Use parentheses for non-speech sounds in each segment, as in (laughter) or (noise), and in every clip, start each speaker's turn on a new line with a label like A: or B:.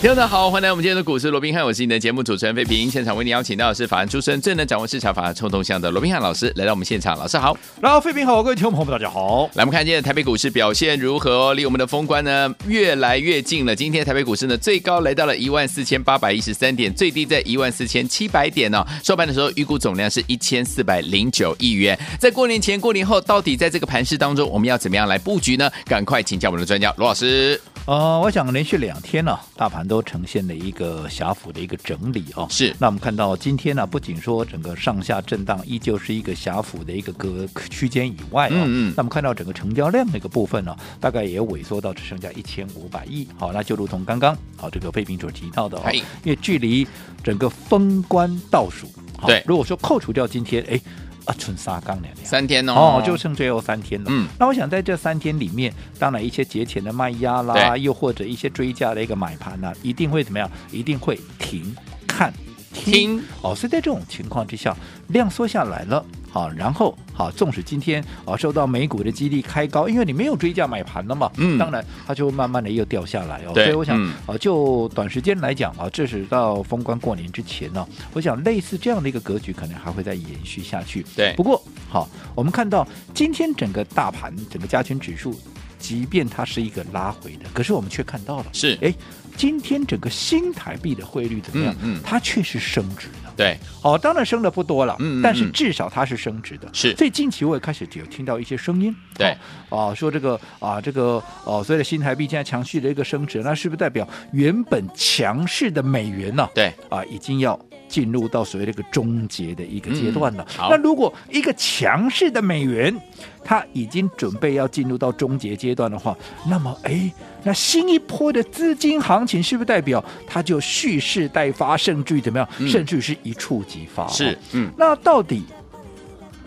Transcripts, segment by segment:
A: 听众朋友好，欢迎来我们今天的股市罗宾汉，我是你的节目主持人费平。现场为你邀请到的是法案出身、最能掌握市场法案冲动向的罗宾汉老师来到我们现场，老师好。
B: 然后，费平好，各位听众朋友们，大家好。
A: 来，我们看今天的台北股市表现如何哦？离我们的封关呢越来越近了。今天台北股市呢最高来到了一万四千八百一十三点，最低在一万四千七百点哦。收盘的时候预估总量是一千四百零九亿元。在过年前、过年后，到底在这个盘势当中，我们要怎么样来布局呢？赶快请教我们的专家罗老师。
B: 呃，我想连续两天呢、大盘都呈现了一个狭幅的一个整理哦。
A: 是
B: 那我们看到今天呢、不仅说整个上下震荡依旧是一个狭幅的一个格区间以外哦，
A: 嗯嗯
B: 那么看到整个成交量的一个部分呢、大概也萎缩到只剩下一千五百亿。好，那就如同刚刚好、这个费平所提到的哦
A: 嗨，
B: 因为距离整个封关倒数，好
A: 对
B: 如果说扣除掉今天，哎。啊，存沙刚两两，
A: 三天哦，
B: 哦，就剩最后三天了。
A: 嗯
B: 那我想在这三天里面，当然一些节前的卖压啦，
A: 对
B: 又或者一些追加的一个买盘啦、一定会怎么样？一定会停看。
A: 听
B: 哦，所以在这种情况之下，量缩下来了，好、然后好、纵使今天啊受到美股的激励开高，因为你没有追加买盘了嘛，
A: 嗯
B: 当然它就会慢慢的又掉下来哦。
A: 对
B: 所以我想
A: 嗯
B: 啊，就短时间来讲啊，这是到封关过年之前呢、我想类似这样的一个格局，可能还会再延续下去。
A: 对
B: 不过好，我们看到今天整个大盘、整个加权指数，即便它是一个拉回的，可是我们却看到了，
A: 是
B: 哎，今天整个新台币的汇率怎么样？
A: 嗯嗯
B: 它确实升值了。
A: 对，
B: 哦，当然升的不多了，
A: 嗯嗯
B: 但是
A: 嗯
B: 至少它是升值的。
A: 是
B: 所以近期我也开始有听到一些声音，
A: 对
B: 哦，啊，说这个啊，这个哦，所以的新台币现在强势的一个升值，那是不是代表原本强势的美元呢、
A: 对，
B: 啊，已经要进入到所谓的一个终结的一个阶段了。
A: 嗯好
B: 那如果一个强势的美元，它已经准备要进入到终结阶段的话，那么哎，那新一波的资金行情是不是代表它就蓄势待发，甚至于怎么样，
A: 嗯
B: 甚至于是一触即发、
A: 是，嗯，
B: 那到底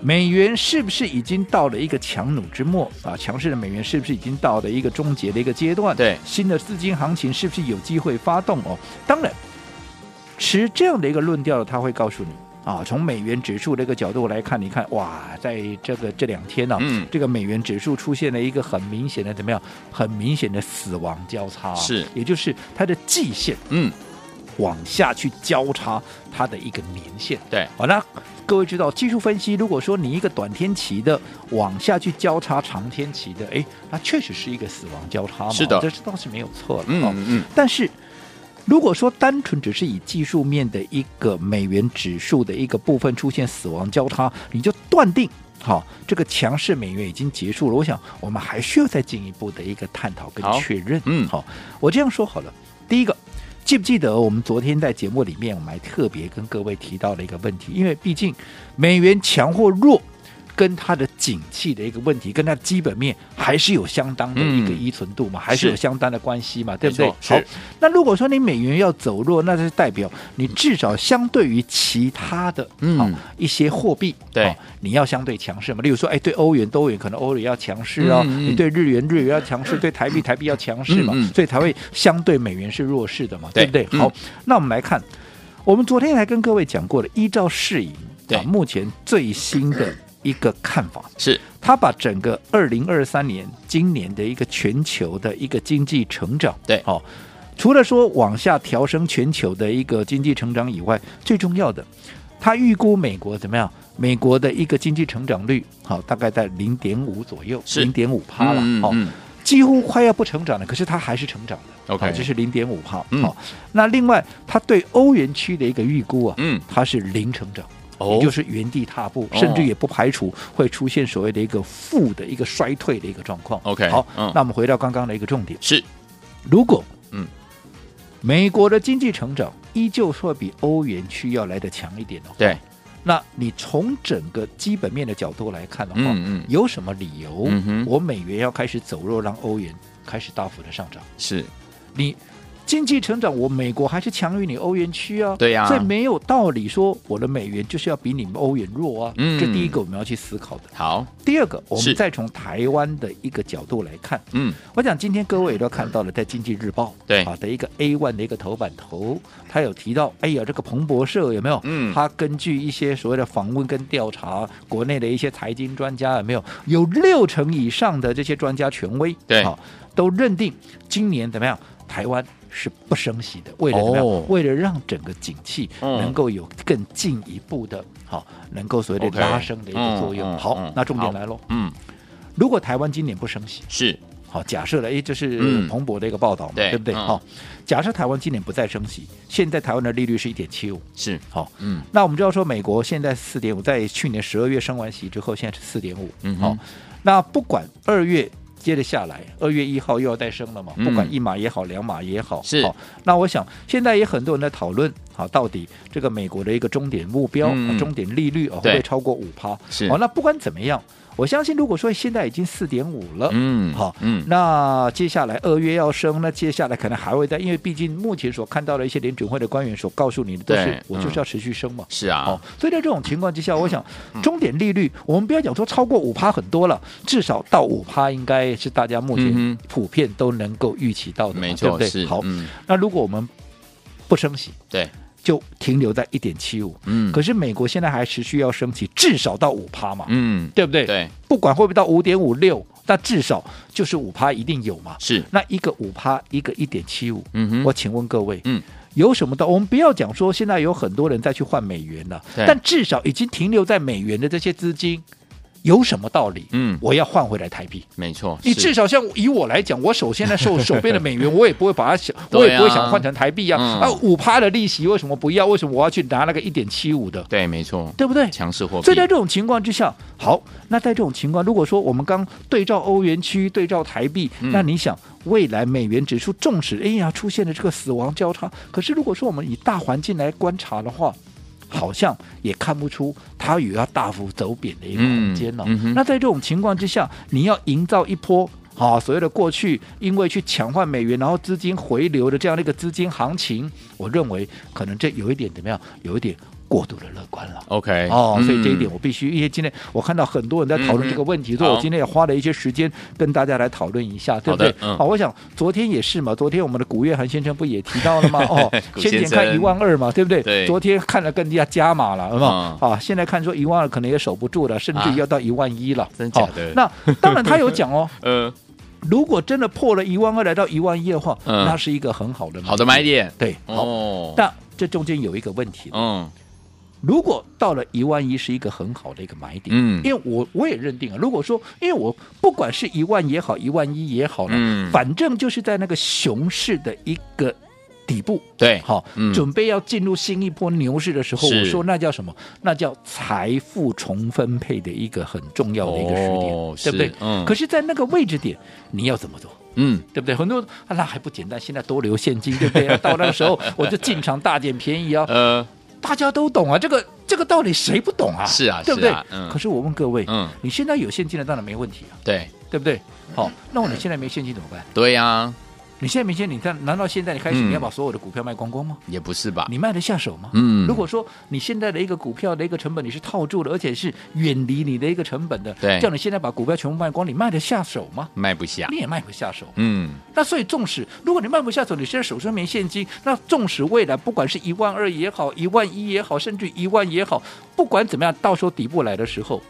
B: 美元是不是已经到了一个强弩之末啊？强势的美元是不是已经到了一个终结的一个阶段？
A: 对
B: 新的资金行情是不是有机会发动哦？当然，持这样的一个论调的，他会告诉你。啊，从美元指数这个角度来看，你看哇，在这个这两天呢、
A: 嗯
B: 这个美元指数出现了一个很明显的怎么样？很明显的死亡交叉啊、
A: 是
B: 也就是它的季线
A: 嗯，
B: 往下去交叉它的一个年限。
A: 对，
B: 好，那各位知道技术分析，如果说你一个短天期的往下去交叉长天期的，哎，那确实是一个死亡交叉嘛，
A: 是的
B: 这是倒是没有错了。
A: 嗯
B: 哦
A: 嗯嗯，
B: 但是。如果说单纯只是以技术面的一个美元指数的一个部分出现死亡交叉，你就断定好这个强势美元已经结束了。我想我们还需要再进一步的一个探讨跟
A: 好
B: 确认。
A: 嗯
B: 好，我这样说好了。第一个，记不记得我们昨天在节目里面，我们还特别跟各位提到了一个问题，因为毕竟美元强或弱。跟它的景气的一个问题，跟它基本面还是有相当的一个
A: 嗯
B: 依存度嘛，还是有
A: 是
B: 相当的关系嘛，对不对？
A: 没错
B: 好
A: 哎是，
B: 那如果说你美元要走弱，那就代表你至少相对于其他的
A: 嗯
B: 好一些货币，
A: 对
B: 好你要相对强势嘛。例如说，哎，对欧元，对欧元可能欧元要强势哦；
A: 嗯嗯嗯
B: 你对日元，日元要强势；对台币，台币要强势嘛。
A: 嗯嗯
B: 所以才会相对美元是弱势的嘛，
A: 对
B: 对不对？
A: 嗯
B: 好，那我们来看，我们昨天还跟各位讲过了，依照市盈，
A: 对
B: 啊，目前最新的一个看法，
A: 是，
B: 他把整个二零二三年今年的一个全球的一个经济成长，
A: 对
B: 哦，除了说往下调升全球的一个经济成长以外，最重要的，他预估美国怎么样？美国的一个经济成长率，好、大概在零点五左右，
A: 是
B: 零点五趴了，
A: 嗯
B: 好、
A: 嗯
B: 几乎快要不成长了，可是它还是成长的。
A: OK
B: 好这是零点五帕。好、
A: 嗯
B: 那另外它对欧元区的一个预估啊，
A: 嗯，
B: 它是零成长。
A: 哦
B: 也就是原地踏步，
A: 哦
B: 甚至也不排除会出现所谓的一个负的一个衰退的一个状况。
A: OK，
B: 好，
A: 嗯
B: 那我们回到刚刚的一个重点，
A: 是，
B: 如果
A: 嗯，
B: 美国的经济成长依旧会比欧元区要来的强一点的话，
A: 对，
B: 那你从整个基本面的角度来看的话，
A: 嗯嗯
B: 有什么理由、
A: 嗯哼
B: 我美元要开始走弱，让欧元开始大幅的上涨？
A: 是，
B: 你经济成长，我美国还是强于你欧元区啊。
A: 对呀
B: 所以没有道理说我的美元就是要比你们欧元弱啊。
A: 嗯
B: 这第一个我们要去思考的。
A: 好，
B: 第二个，我
A: 是
B: 们再从台湾的一个角度来看，
A: 嗯，
B: 我讲今天各位也都看到了，在《经济日报》
A: 对
B: 啊的一个 A one 的一个头版头，他有提到，哎呀，这个彭博社有没有？
A: 嗯
B: 他根据一些所谓的访问跟调查，国内的一些财经专家有没有？有六成以上的这些专家权威，
A: 对
B: 啊，都认定今年怎么样？台湾是不升息的，为了怎么样？
A: 哦
B: 为了让整个景气
A: 嗯
B: 能够有更进一步的，好、能够所谓的
A: OK
B: 拉升的一个作用。
A: 嗯嗯
B: 好，
A: 嗯
B: 那重
A: 好
B: 点来喽，
A: 嗯，
B: 如果台湾今年不升息，
A: 是，
B: 好，假设了，诶，这是
A: 嗯
B: 彭博的一个报道嘛，
A: 对
B: 对不
A: 嗯
B: 对？好、假设台湾今年不再升息，现在台湾的利率是一点七五，
A: 是，
B: 好，
A: 嗯，
B: 那我们知道说美国现在四点五，在去年十二月升完息之后，现在是四点五，
A: 嗯
B: 好、
A: 哼
B: 那不管二月接着下来，二月一号又要再升了嘛，
A: 嗯
B: 不管一码也好，两码也好，
A: 是
B: 好那我想现在也很多人在讨论，好，到底这个美国的一个终点目标、
A: 嗯
B: 啊终点利率、啊、会
A: 对
B: 不会超过五趴？
A: 是
B: 好，那不管怎么样，我相信如果说现在已经四点五了，
A: 嗯，
B: 好
A: 嗯，
B: 那接下来二月要升，那接下来可能还会再，因为毕竟目前所看到的一些联准会的官员所告诉你的都
A: 对
B: 是我就
A: 嗯
B: 是要持续升嘛。
A: 是啊嗯
B: 哦，，所以在这种情况之下，我想终点利率，我们不要讲说超过五趴很多了，至少到五趴应该是大家目
A: 嗯
B: 前普遍都能够预期到的嘛，
A: 没
B: 对不
A: 错，
B: 对？
A: 是，
B: 好，
A: 嗯，
B: 那如果我们不升息，
A: 对，
B: 就停留在一点七五，
A: 嗯，
B: 可是美国现在还持续要升息，至少到五趴嘛，
A: 嗯，
B: 对不对？
A: 对，
B: 不管会不会到五点五六，那至少就是五趴一定有嘛。
A: 是，
B: 那一个五趴，一个一点七五，
A: 嗯哼
B: 我请问各位，
A: 嗯，
B: 有什么道？我们不要讲说现在有很多人再去换美元了，
A: 对
B: 但至少已经停留在美元的这些资金，有什么道理？
A: 嗯
B: 我要换回来台币。
A: 没错，
B: 你
A: 是
B: 至少像以我来讲，我手 (laughs) 现在手手边的美元，我也不会把它想，
A: 对啊
B: 我也不会想换成台币呀。
A: 嗯
B: 啊，五趴的利息为什么不要？为什么我要去拿那个一点七五的？
A: 对，没错，
B: 对不对？
A: 强势货币，
B: 所以在这种情况之下，好，那在这种情况，如果说我们刚对照欧元区、对照台币，
A: 嗯
B: 那你想未来美元指数纵使哎呀出现了这个死亡交叉，可是如果说我们以大环境来观察的话，好像也看不出它有要大幅走贬的一个空间了、
A: 嗯嗯哼
B: 那在这种情况之下，你要营造一波。啊，所谓的过去因为去抢换美元，然后资金回流的这样的一个资金行情，我认为可能这有一点怎么样，有一点过度的乐观了。
A: OK，
B: 哦，所以这一点
A: 嗯
B: 我必须，因为今天我看到很多人在讨论这个问题，
A: 嗯
B: 所以
A: 好
B: 我今天也花了一些时间跟大家来讨论一下，对不对
A: 好？的嗯
B: 好，我想昨天也是嘛，昨天我们的古月涵先生不也提到了
A: (laughs)，
B: 吗？哦
A: 古
B: 先前
A: 先
B: 看
A: 生
B: 一万二嘛，对不对？
A: 对嗯
B: 昨天看了更加加码了，是吧？啊，现在看说一万二可能也守不住了，甚至
A: 啊
B: 于要到一万一了，
A: 真
B: 好
A: 假的
B: 那当然他有讲哦， (laughs)
A: 呃，
B: 如果真的破了一万二来到一万一的话，
A: 嗯
B: 那是一个很好的
A: 好的买点，
B: 对，嗯好。
A: 哦，
B: 但这中间有一个问题，
A: 嗯
B: 如果到了一万一是一个很好的一个买点，
A: 嗯
B: 因为我我也认定啊，如果说因为我不管是一万也好，一万一也好呢，
A: 嗯
B: 反正就是在那个熊市的一个底部，
A: 对
B: 好、
A: 嗯
B: 准备要进入新一波牛市的时候，
A: 是
B: 我说那叫什么？那叫财富重分配的一个很重要的一个时点，
A: 哦
B: 对不对
A: 是？嗯
B: 可是，在那个位置点，你要怎么做？
A: 嗯，
B: 对不对？很多人说、啊、那还不简单，现在多留现金，对不对？到那个时候我就进场大捡便宜啊，
A: 呃，
B: 大家都懂啊，这个这个道理谁不懂啊？
A: 是啊
B: 对不对？
A: 是啊嗯
B: 可是我问各位，
A: 嗯
B: 你现在有现金的当然没问题啊，
A: 对
B: 对不对？好，那我你现在没现金怎么办？
A: 对呀，
B: 你现在没现金，你看，难道现在你开始
A: 嗯
B: 你要把所有的股票卖光光吗？
A: 也不是吧？
B: 你卖得下手吗？
A: 嗯
B: 如果说你现在的一个股票的一个成本你是套住了，而且是远离你的一个成本的，
A: 对
B: 叫你现在把股票全部卖光，你卖得下手吗？
A: 卖不下
B: 你，也卖不下手。
A: 嗯，
B: 那所以，纵使如果你卖不下手，你现在手上没现金，那纵使未来不管是一万二也好，一万一也好，甚至一万也好，不管怎么样，到时候底部来的时候，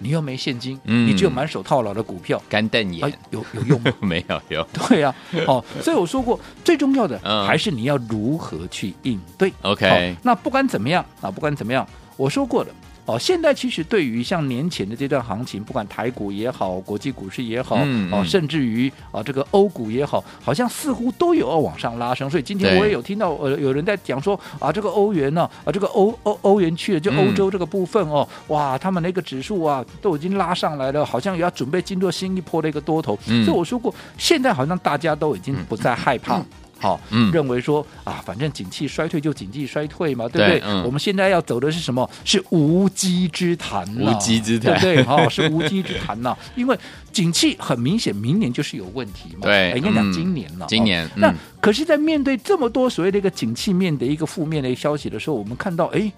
B: 你又没现金，
A: 嗯
B: 你只有满手套牢的股票，
A: 干瞪
B: 哎
A: 眼，，
B: 有有用吗？ (laughs)
A: (laughs) 没有有
B: 对呀、哦，所以我说过，最重要的
A: 嗯
B: 还是你要如何去应对。
A: ，OK，
B: 好那不管怎么样啊，不管怎么样，我说过的。哦，现在其实对于像年前的这段行情，不管台股也好，国际股市也好，
A: 嗯
B: 哦，
A: 嗯
B: 甚至于啊这个欧股也好，好像似乎都有要往上拉升。所以今天
A: 对
B: 我也有听到呃有人在讲说啊这个欧元呢啊这个欧欧欧元区的就欧
A: 嗯
B: 洲这个部分哦，哇他们那个指数啊都已经拉上来了，好像也要准备进入新一波的一个多头。
A: 嗯
B: 所以我说过，现在好像大家都已经不再害怕。好、
A: 嗯
B: 认为说啊，反正景气衰退就景气衰退嘛，对不
A: 对
B: 对？
A: 嗯
B: 我们现在要走的是什么？是无稽之谈呐，
A: 无稽之谈 (laughs)
B: 对不对？哈、是无稽之谈呐、因为景气很明显，明年就是有问题嘛。
A: 对
B: 哎应该讲
A: 嗯
B: 今年了。
A: 今
B: 哦
A: 年
B: 那
A: 嗯
B: 可是，在面对这么多所谓的一个景气面的一个负面的一个消息的时候，我们看到，哎，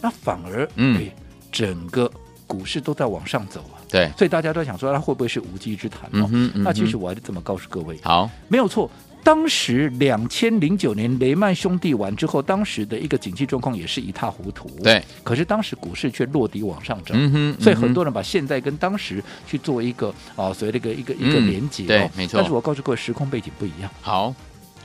B: 那反而，
A: 嗯
B: 哎，整个股市都在往上走啊。
A: 对，
B: 所以大家都想说，啊它会不会是无稽之谈
A: 嗯
B: 哦？
A: 哼嗯哼
B: 那其实我还是这么告诉各位，
A: 好，
B: 没有错。当时两千零九年雷曼兄弟完之后，当时的一个景气状况也是一塌糊涂。
A: 对，
B: 可是当时股市却落底往上涨。
A: 嗯哼，
B: 所以
A: 嗯
B: 很
A: 哼
B: 多人把现在跟当时去做一个啊、所谓的一个一个一个
A: 嗯
B: 连接、哦
A: 对没错
B: 但是我告诉各位，时空背景不一样。
A: 好，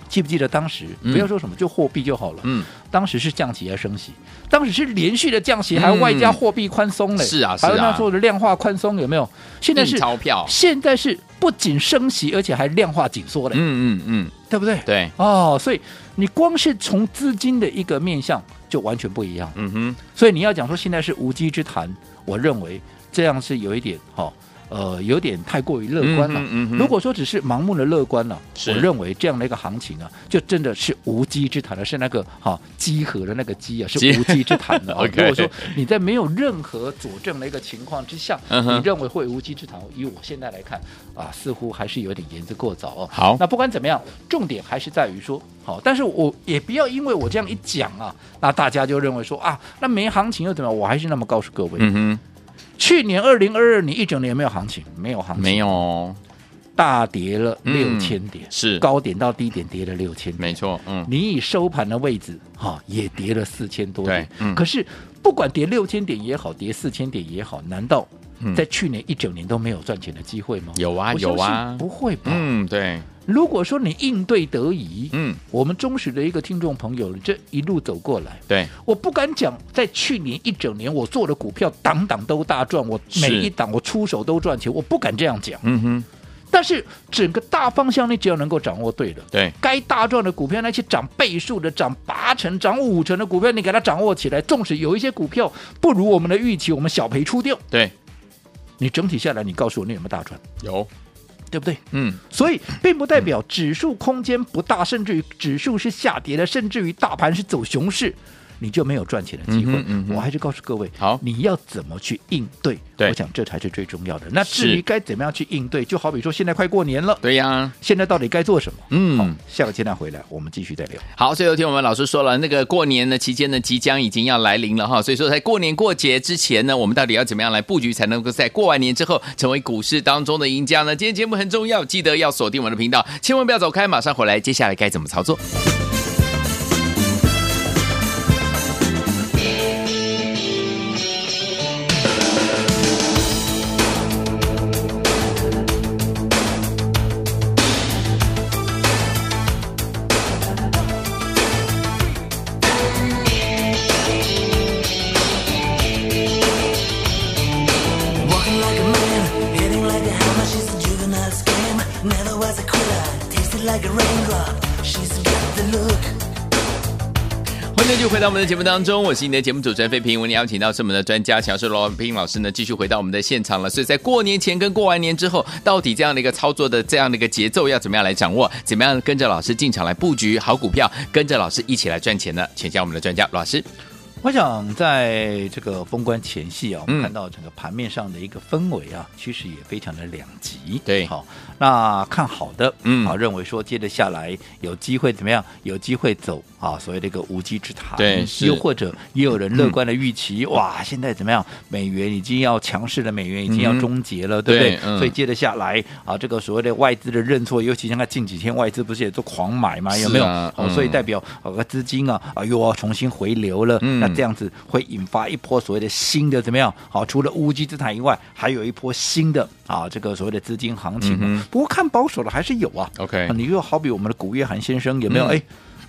B: 记不记得当时？
A: 嗯
B: 不要说什么，就货币就好了。
A: 嗯，
B: 当时是降息还是升息？当时是连续的降息，还有外加货币宽松嘞、
A: 是啊嗯
B: 还有
A: 是啊
B: 那时候的量化宽松有没有？现在
A: 印
B: 是
A: 钞票，
B: 现在是不仅升息，而且还量化紧缩嘞、
A: 嗯嗯嗯，
B: 对不对？
A: 对，
B: 哦，所以你光是从资金的一个面向就完全不一样。
A: 嗯哼，
B: 所以你要讲说现在是无稽之谈，我认为这样是有一点哈、哦呃，有点太过于乐观了。
A: 嗯哼嗯哼
B: 如果说只是盲目的乐观了、
A: 是
B: 我认为这样的一个行情啊，就真的是无稽之谈了，是那个哈、鸡和的那个鸡
A: (laughs)
B: 啊，是
A: 鸡
B: 无稽之谈的、啊。
A: OK
B: 如果说你在没有任何佐证的一个情况之下，
A: 嗯哼
B: 你认为会无稽之谈，以我现在来看啊，似乎还是有点言之过早哦。
A: 好
B: 那不管怎么样，重点还是在于说，好，但是我也不要因为我这样一讲啊，那大家就认为说啊，那没行情又怎么样？我还是那么告诉各位，
A: 嗯哼，
B: 去年二零二二你一整年有没有行情，没有行情，
A: 没有哦，
B: 大跌了
A: 嗯
B: 六千点，
A: 是
B: 高点到低点跌了六千点，
A: 没错，嗯，
B: 你以收盘的位置哈、也跌了四千多点
A: 对。嗯
B: 可是不管跌六千点也好，跌四千点也好，难道
A: 嗯
B: 在去年一整年都没有赚钱的机会吗？
A: 有啊
B: 我相信
A: 有啊
B: 不会吧？
A: 嗯，对，
B: 如果说你应对得宜，
A: 嗯，
B: 我们忠实的一个听众朋友，这一路走过来。
A: 对，
B: 我不敢讲，在去年一整年我做的股票档档都大赚，我
A: 是
B: 每一档我出手都赚钱，我不敢这样讲。
A: 嗯哼，
B: 但是整个大方向你只要能够掌握对了，
A: 对，
B: 该大赚的股票，那些涨倍数的、涨八成、涨五成的股票，你给它掌握起来。纵使有一些股票不如我们的预期，我们小赔出掉，
A: 对，
B: 你整体下来，你告诉我你有没有大赚，
A: 有，
B: 对不对？
A: 嗯，
B: 所以并不代表指数空间不大，甚至于指数是下跌的，甚至于大盘是走熊市，你就没有赚钱的机
A: 嗯
B: 会。
A: 哼嗯哼
B: 我还是告诉各位，
A: 好
B: 你要怎么去应对？
A: 对
B: 我想这才是最重要的。那至
A: 是
B: 于该怎么样去应对，就好比说现在快过年了，
A: 对呀，
B: 现在到底该做什么？好
A: 嗯，，
B: 下个阶段回来我们继续再聊。
A: 好，所以有天我们老师说了，那个过年呢期间呢，即将已经要来临了哈，所以说在过年过节之前呢，我们到底要怎么样来布局，才能够在过完年之后成为股市当中的赢家呢？今天节目很重要，记得要锁定我们的频道，千万不要走开，马上回来，接下来该怎么操作？
C: Walking like a man, hitting like a hammer, she's a juvenile scam. Never was a quitter, tasted like a raindrop. She's got the look.
A: 欢迎继续回到我们的节目当中，我是你的节目主持人费平。我们邀请到是我们的专家乔氏罗文平老师呢，继续回到我们的现场了。所以在过年前跟过完年之后，到底这样的一个操作的这样的一个节奏要怎么样来掌握？怎么样跟着老师进场来布局好股票，跟着老师一起来赚钱呢？请教我们的专家罗老师。
B: 我想在这个封关前夕啊，我
A: 嗯
B: 们看到整个盘面上的一个氛围啊，其实也非常的两极。
A: 对
B: 好，那看好的，
A: 嗯
B: 好，认为说接着下来有机会怎么样？有机会走啊，所谓的一个无稽之谈。
A: 对是嗯
B: 又或者也有人乐观的预期，哇，现在怎么样？美元已经要强势了，美元已经要
A: 嗯哼
B: 终结了，对不
A: 对
B: 对？
A: 嗯
B: 所以接着下来啊，这个所谓的外资的认错，尤其像看近几天外资不是也都狂买嘛，有没有？
A: 是啊
B: 好，所以
A: 嗯
B: 代代表呃个资金啊啊又要重新回流了，
A: 嗯
B: 那这样子会引发一波所谓的新的怎么样？好，除了乌鸡之谈以外，还有一波新的啊这个所谓的资金行情、啊。
A: 嗯哼
B: 不过看保守的还是有啊。
A: OK
B: 啊你又好比我们的古月涵先生有没有？
A: 嗯
B: 哎、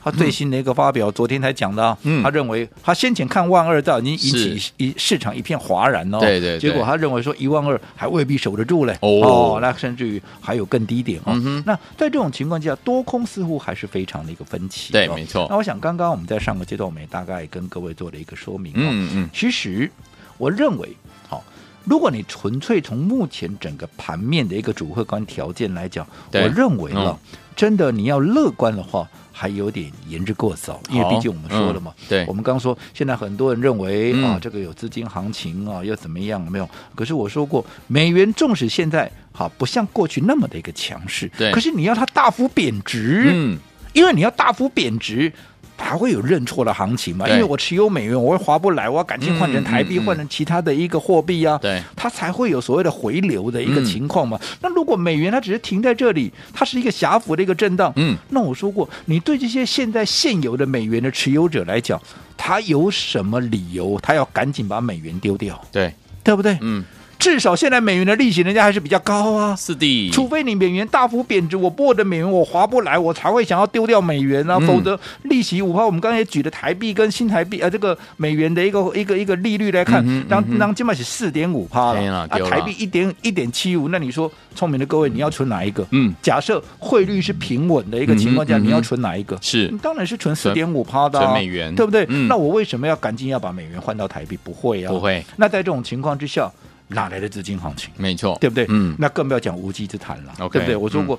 B: 他最新的一个发表，昨天才讲的、啊，
A: 嗯
B: 他认为他先前看万二到已经引
A: 是
B: 起一一市场一片哗然哦，
A: 对对对
B: 结果他认为说一万二还未必守得住嘞，
A: 哦
B: 那甚至于还有更低点
A: 嗯
B: 哦。那在这种情况之下，多空似乎还是非常的一个分歧、哦，
A: 对没错
B: 那我想刚刚我们在上个
A: 嗯
B: 阶段，我们也大概跟各位做了一个说明、哦，
A: 嗯嗯
B: 其实我认为，好、哦如果你纯粹从目前整个盘面的一个主客观条件来讲，我
A: 对
B: 认为了、
A: 嗯
B: 真的你要乐观的话，还有点言之过早，因为
A: 好
B: 毕竟我们说了嘛，
A: 嗯对
B: 我们刚说现在很多人认为、
A: 嗯
B: 啊，这个有资金行情啊，又怎么样没有？可是我说过，美元纵使现在好不像过去那么的一个强势，
A: 对
B: 可是你要它大幅贬值，
A: 嗯，
B: 因为你要大幅贬值。还会有认错的行情嘛？
A: 对
B: 因为我持有美元，我会划不来，我要赶紧换成台币，
A: 嗯嗯嗯
B: 换成其他的一个货币啊，
A: 对
B: 它才会有所谓的回流的一个
A: 嗯
B: 情况嘛。那如果美元它只是停在这里，它是一个狭幅的一个震荡，
A: 嗯，
B: 那我说过，你对这些现在现有的美元的持有者来讲，他有什么理由他要赶紧把美元丢掉，
A: 对，
B: 对不对？
A: 嗯，
B: 至少现在美元的利息人家还是比较高啊，
A: 是的，
B: 除非你美元大幅贬值，我不我的美元我划不来，我才会想要丢掉美元啊，
A: 嗯
B: 否则利息五号我们刚才也举的台币跟新台币啊，呃这个美元的一个一个一个利率来看
A: 嗯哼，
B: 当
A: 嗯哼
B: 当今麦是四点五趴
A: 对
B: 了
A: 啦
B: 啊，
A: 对啦
B: 台币一点一点七五，那你说聪明的各位你要存哪一个？
A: 嗯，
B: 假设汇率是平稳的一个情况
A: 嗯
B: 下，
A: 哼嗯哼
B: 你要存哪一个？
A: 是
B: 你当然是存四
A: 存
B: 点五趴的啊
A: 存美元
B: 对不对？
A: 嗯
B: 那我为什么要赶紧要把美元换到台币？不会啊，
A: 不会。
B: 那在这种情况之下，哪来的资金行情？
A: 没错，
B: 对不对？
A: 嗯，
B: 那更不要讲无稽之谈了
A: OK，嗯
B: 对不对？我说过，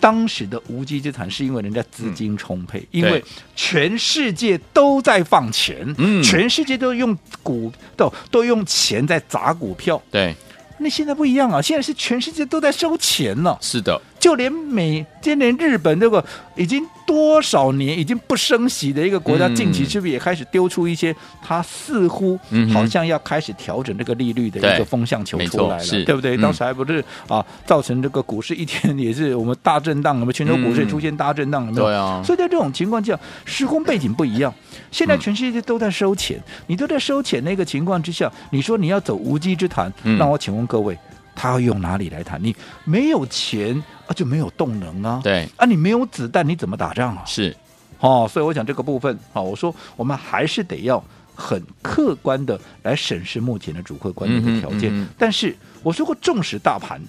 B: 当时的无稽之谈是因为人家资金充
A: 嗯
B: 沛，因为全世界都在放钱，
A: 嗯
B: 全世界都用股都都用钱在砸股票。
A: 对，
B: 那现在不一样啊，现在是全世界都在收钱了，
A: 是的，
B: 就连美，就连日本这个已经多少年已经不升息的一个国家，
A: 嗯
B: 近期是不是也开始丢出一些，它似乎
A: 嗯哼
B: 好像要开始调整这个利率的一
A: 对
B: 个风向球
A: 没错
B: 出来了
A: 是，
B: 对不对？
A: 嗯
B: 当时还不是啊，造成这个股市一天 (laughs) 也是我们大震荡，我们全球股市也出现大震荡了，没有
A: 嗯对啊嗯
B: 所以在这种情况下，时空背景不一样，现在全世界都在收钱，你都在收钱那个情况之下，你说你要走无稽之谈，
A: 嗯
B: 那我请问各位，他要用哪里来谈？你没有钱啊，就没有动能啊，
A: 对，
B: 啊，你没有子弹，你怎么打仗啊？
A: 是，
B: 哦，所以我想这个部分，好，我说我们还是得要很客观的来审视目前的主客观的一
A: 嗯哼
B: 个条件。
A: 嗯哼
B: 但是我说过，纵使大盘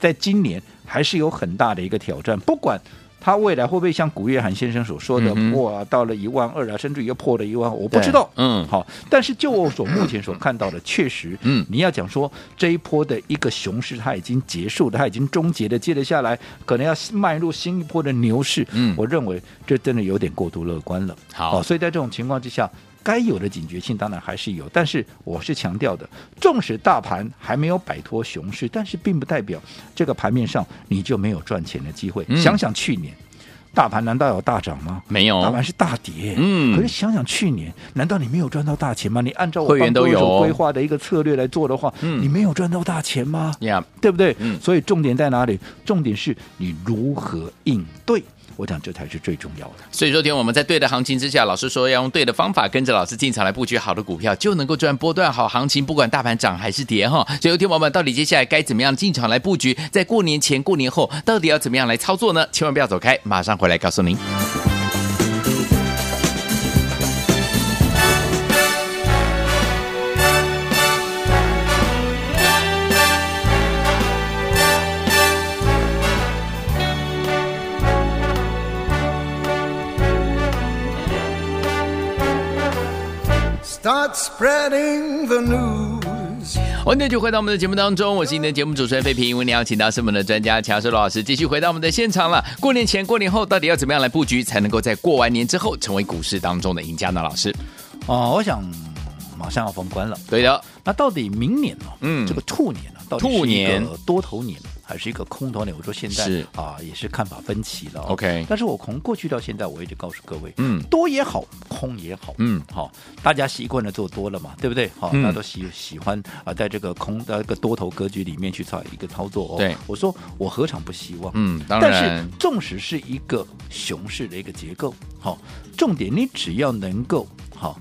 B: 在今年还是有很大的一个挑战，不管。它未来会不会像古月涵先生所说的，
A: 嗯哼
B: 哇，到了一万二啊，甚至于又破了一万，我不
A: 对
B: 知道。
A: 嗯
B: 好，但是就我所目前所看到的，确实，
A: 嗯
B: 你要讲说这一波的一个熊市它已经结束了，它已经终结了，接着下来可能要迈入新一波的牛市。
A: 嗯
B: 我认为这真的有点过度乐观了。
A: 好
B: 哦所以在这种情况之下。该有的警觉性当然还是有，但是我是强调的，纵使大盘还没有摆脱熊市，但是并不代表这个盘面上你就没有赚钱的机会。
A: 嗯
B: 想想去年，大盘难道有大涨吗？
A: 没
B: 大
A: 有
B: 盘，是大跌，
A: 嗯
B: 可是想想去年，难道你没有赚到大钱吗？你按照我
A: 会员
B: 帮各位
A: 都有
B: 所规划的一个策略来做的话，
A: 嗯
B: 你没有赚到大钱吗？
A: 呀，
B: 对不对？
A: 嗯
B: 所以重点在哪里？重点是你如何应对，我讲这才是最重要的。
A: 所以说，天我们在对的行情之下，老师说要用对的方法，跟着老师进场来布局好的股票，就能够赚波段好行情，不管大盘涨还是跌哈。所以，天宝们到底接下来该怎么样进场来布局？在过年前、过年后，到底要怎么样来操作呢？千万不要走开，马上回来告诉您。
D: Start spreading the news.
A: 欢迎继续回到我们的节目当中，我是您的节目主持人费平。为您邀请到是我们的专家乔世罗老师，继续回到我们的现场了。过年前、过年后，到底要怎么样来布局，才能够在过完年之后成为股市当中的赢家呢？老师，
B: 哦，我想马上要封关了，
A: 对的，
B: 那到底明年呢、
A: 嗯
B: 这个兔年呢、到底
A: 兔
B: 是一
A: 年
B: 个多头年还是一个空头年？我说现在
A: 是
B: 啊，也是看法分歧了哦、
A: OK
B: 但是我从过去到现在，我一直告诉各位，
A: 嗯
B: 多也好，空也好，
A: 嗯
B: 好、大家习惯了做多了嘛，对不对？好、
A: 嗯
B: 大家都喜喜欢啊，在这个空呃这个多头格局里面去操一个操作哦。
A: 对
B: 我说我何尝不希望？
A: 嗯，当
B: 但是
A: 然，
B: 纵使是一个熊市的一个结构，好、重点你只要能够好、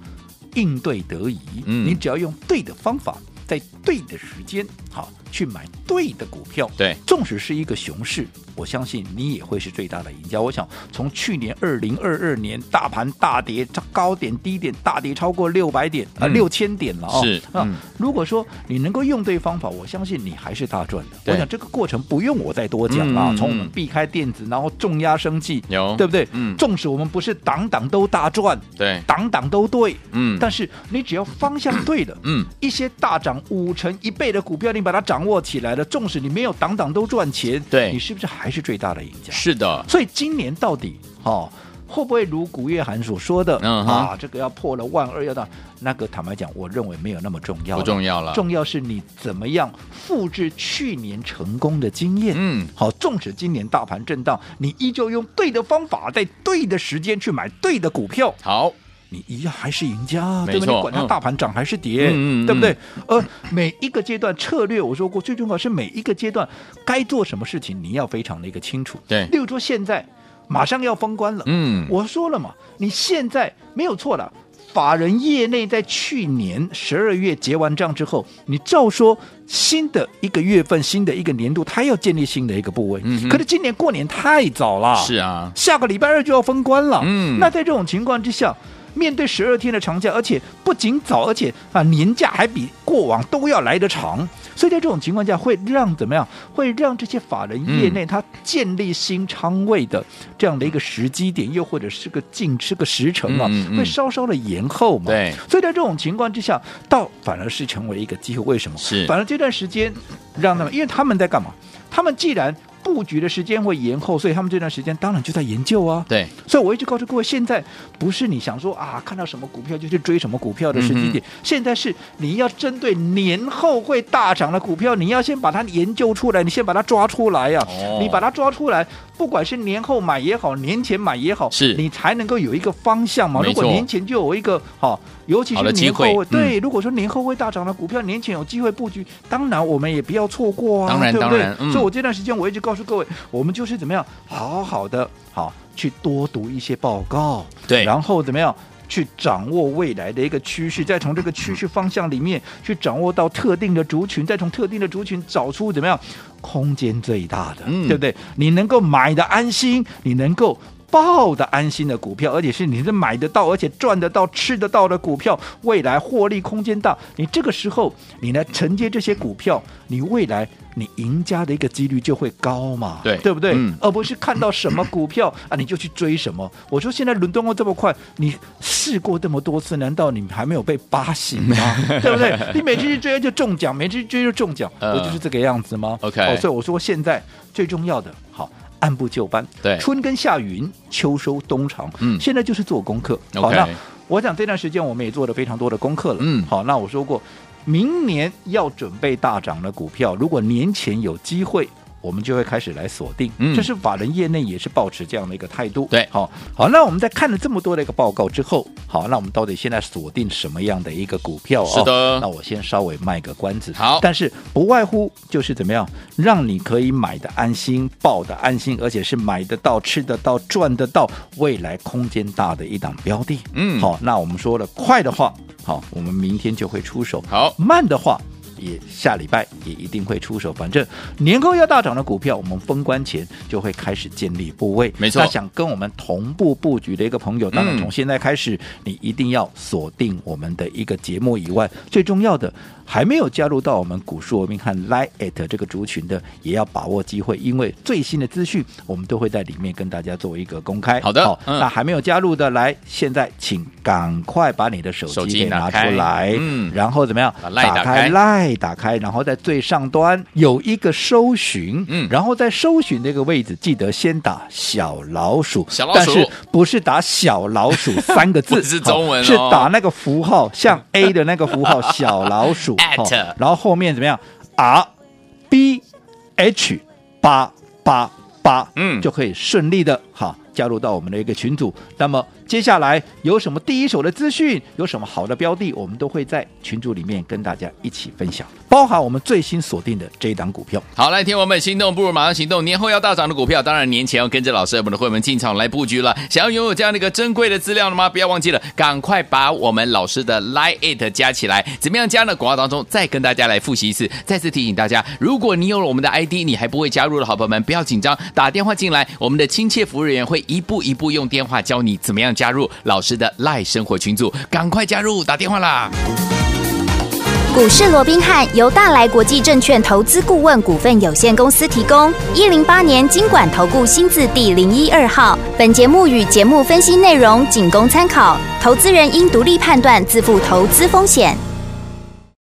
B: 应对得宜，
A: 嗯
B: 你只要用对的方法，在对的时间，好、去买对的股票，
A: 对
B: 纵使是一个熊市，我相信你也会是最大的赢家。我想从去年二零二二年大盘大跌，高点低点大跌超过六百点啊
A: 嗯
B: 六千点了哦，
A: 是
B: 啊
A: 嗯，
B: 如果说你能够用对方法，我相信你还是大赚的。
A: 对
B: 我想这个过程不用我再多讲
A: 嗯
B: 啊
A: 嗯，
B: 从我们
A: 嗯
B: 避开电子，然后重压生计，
A: 有
B: 对不对？
A: 嗯
B: 纵使我们不是档档都大赚，
A: 对
B: 档档都对，
A: 嗯
B: 但是你只要方向对了，
A: 嗯，
B: 一些大涨五成一倍的股票，你把它掌握起来了，纵使你没有档档都赚钱，
A: 对
B: 你是不是还是最大的赢家？
A: 是的，
B: 所以今年到底哦，会不会如古月涵所说的、
A: 嗯哼
B: 啊，这个要破了万二要到那个？坦白讲，我认为没有那么重要，
A: 不重要了
B: 重要是你怎么样复制去年成功的经验。
A: 嗯
B: 好，纵使今年大盘震荡，你依旧用对的方法，在对的时间去买对的股票，
A: 好，
B: 你一样还是赢家，
A: 没
B: 对不对？
A: 错
B: 你管它
A: 嗯
B: 大盘涨还是跌，
A: 嗯嗯嗯
B: 对不对？呃，每一个阶段策略，我说过，最重要是每一个阶段该做什么事情，你要非常的一个清楚。
A: 对
B: 例如说现在马上要封关了，
A: 嗯
B: 我说了嘛，你现在没有错了。法人业内在去年十二月结完账之后，你照说新的一个月份、新的一个年度，他要建立新的一个部位。
A: 嗯哼
B: 可是今年过年太早了，
A: 是啊，
B: 下个礼拜二就要封关了。
A: 嗯
B: 那在这种情况之下，面对十二天的长假，而且不仅早，而且啊年假还比过往都要来得长，所以在这种情况下，会让怎么样？会让这些法人业
A: 嗯
B: 内他建立新仓位的这样的一个时机点，又或者是个进是个时程啊，
A: 嗯嗯嗯
B: 会稍稍的延后嘛。
A: 对
B: 所以在这种情况之下，倒反而是成为一个机会。为什么？
A: 是
B: 反而这段时间让他们，因为他们在干嘛？他们既然布局的时间会延后，所以他们这段时间当然就在研究啊。
A: 对，
B: 所以我一直告诉各位，现在不是你想说啊，看到什么股票就去追什么股票的时机
A: 嗯
B: 点，现在是你要针对年后会大涨的股票，你要先把它研究出来，你先把它抓出来呀、
A: 哦
B: 你把它抓出来，不管是年后买也好，年前买也好，
A: 是
B: 你才能够有一个方向嘛。
A: 没
B: 如
A: 错
B: 果年前就有一个好、尤其
A: 好的
B: 是
A: 机
B: 年后
A: 会嗯
B: 会对，如果说年后会大涨的股票，年前有机会布局，当然我们也不要错过啊，
A: 当然
B: 对不
A: 当
B: 对？
A: 然嗯
B: 所以我这段时间我一直告诉各位，我们就是怎么样好好的好去多读一些报告，
A: 对
B: 然后怎么样？去掌握未来的一个趋势，再从这个趋势方向里面去掌握到特定的族群，再从特定的族群找出怎么样空间最大的，
A: 嗯
B: 对不对？你能够买的安心，你能够。抱的安心的股票，而且是你是买得到，而且赚得到、吃得到的股票，未来获利空间大。你这个时候你来承接这些股票，你未来你赢家的一个几率就会高嘛，
A: 对
B: 对不对？
A: 嗯
B: 而不是看到什么股
A: (laughs)
B: 票啊你就去追什么。我说现在轮动过这么快，你试过这么多次，难道你还没有被扒
A: (laughs)
B: 醒吗？对不对？你每次去追就中奖，每次去追就中奖，
A: 呃
B: 不就是这个样子吗
A: OK
B: 哦所以我说现在最重要的，好。按部就班，
A: 对
B: 春耕夏耘，秋收冬藏，
A: 嗯
B: 现在就是做功课。好，
A: OK
B: 那我想这段时间我们也做了非常多的功课了，
A: 嗯
B: 好，那我说过，明年要准备大涨的股票，如果年前有机会。我们就会开始来锁定，
A: 嗯
B: 这是法人业内也是保持这样的一个态度。
A: 对
B: 好，好，那我们在看了这么多的一个报告之后，好，那我们到底现在锁定什么样的一个股票、哦？
A: 是的
B: 那我先稍微卖个关子。
A: 好
B: 但是不外乎就是怎么样，让你可以买的安心，抱的安心，而且是买得到、吃得到、赚得到，未来空间大的一档标的。
A: 嗯
B: 好，那我们说了快的话，好，我们明天就会出手；
A: 好，
B: 慢的话。也下礼拜也一定会出手，反正年后要大涨的股票，我们封关前就会开始建立部位。
A: 没错
B: 那想跟我们同步布局的一个朋友，当然
A: 嗯
B: 从现在开始，你一定要锁定我们的一个节目以外，最重要的还没有加入到我们股市罗宾汉 Line at 这个族群的，也要把握机会，因为最新的资讯我们都会在里面跟大家做一个公开。
A: 好的嗯
B: 那还没有加入的，来，现在请赶快把你的手
A: 手机
B: 机给
A: 拿
B: 拿
A: 开
B: 出来，
A: 嗯
B: 然后怎么样？
A: 把 Line 打开
B: 赖打开，然后在最上端有一个搜寻，
A: 嗯
B: 然后在搜寻那个位置，记得先打小老鼠，
A: 小老鼠
B: 但是不是打小老鼠 (laughs) 三个字，
A: 不是中文哦
B: 好是打那个符号，像 A 的那个符 (laughs) 号小老鼠
A: At
B: 好然后后面怎么样？R B H 八八八，
A: 嗯
B: 就可以顺利的哈加入到我们的一个群组。那么接下来有什么第一手的资讯，有什么好的标的，我们都会在群组里面跟大家一起分享，包含我们最新锁定的这一档股票。
A: 好，来，听我们心动不如马上行动，年后要大涨的股票，当然年前要跟着老师我们的会员进场来布局了。想要拥有这样的一个珍贵的资料了吗？不要忘记了，赶快把我们老师的 Line It 加起来。怎么样加呢？广告当中再跟大家来复习一次。再次提醒大家，如果你有了我们的 ID，你还不会加入的好朋友们，不要紧张，打电话进来，我们的亲切服务人员会一步一步用电话教你怎么样加入老师的 Line 生活群组，赶快加入，打电话啦！
E: 股市罗宾汉由大来国际证券投资顾问股份有限公司提供，一零八年经管投顾新字第零一二号。本节目与节目分析内容仅供参考，投资人应独立判断，自负投资风险。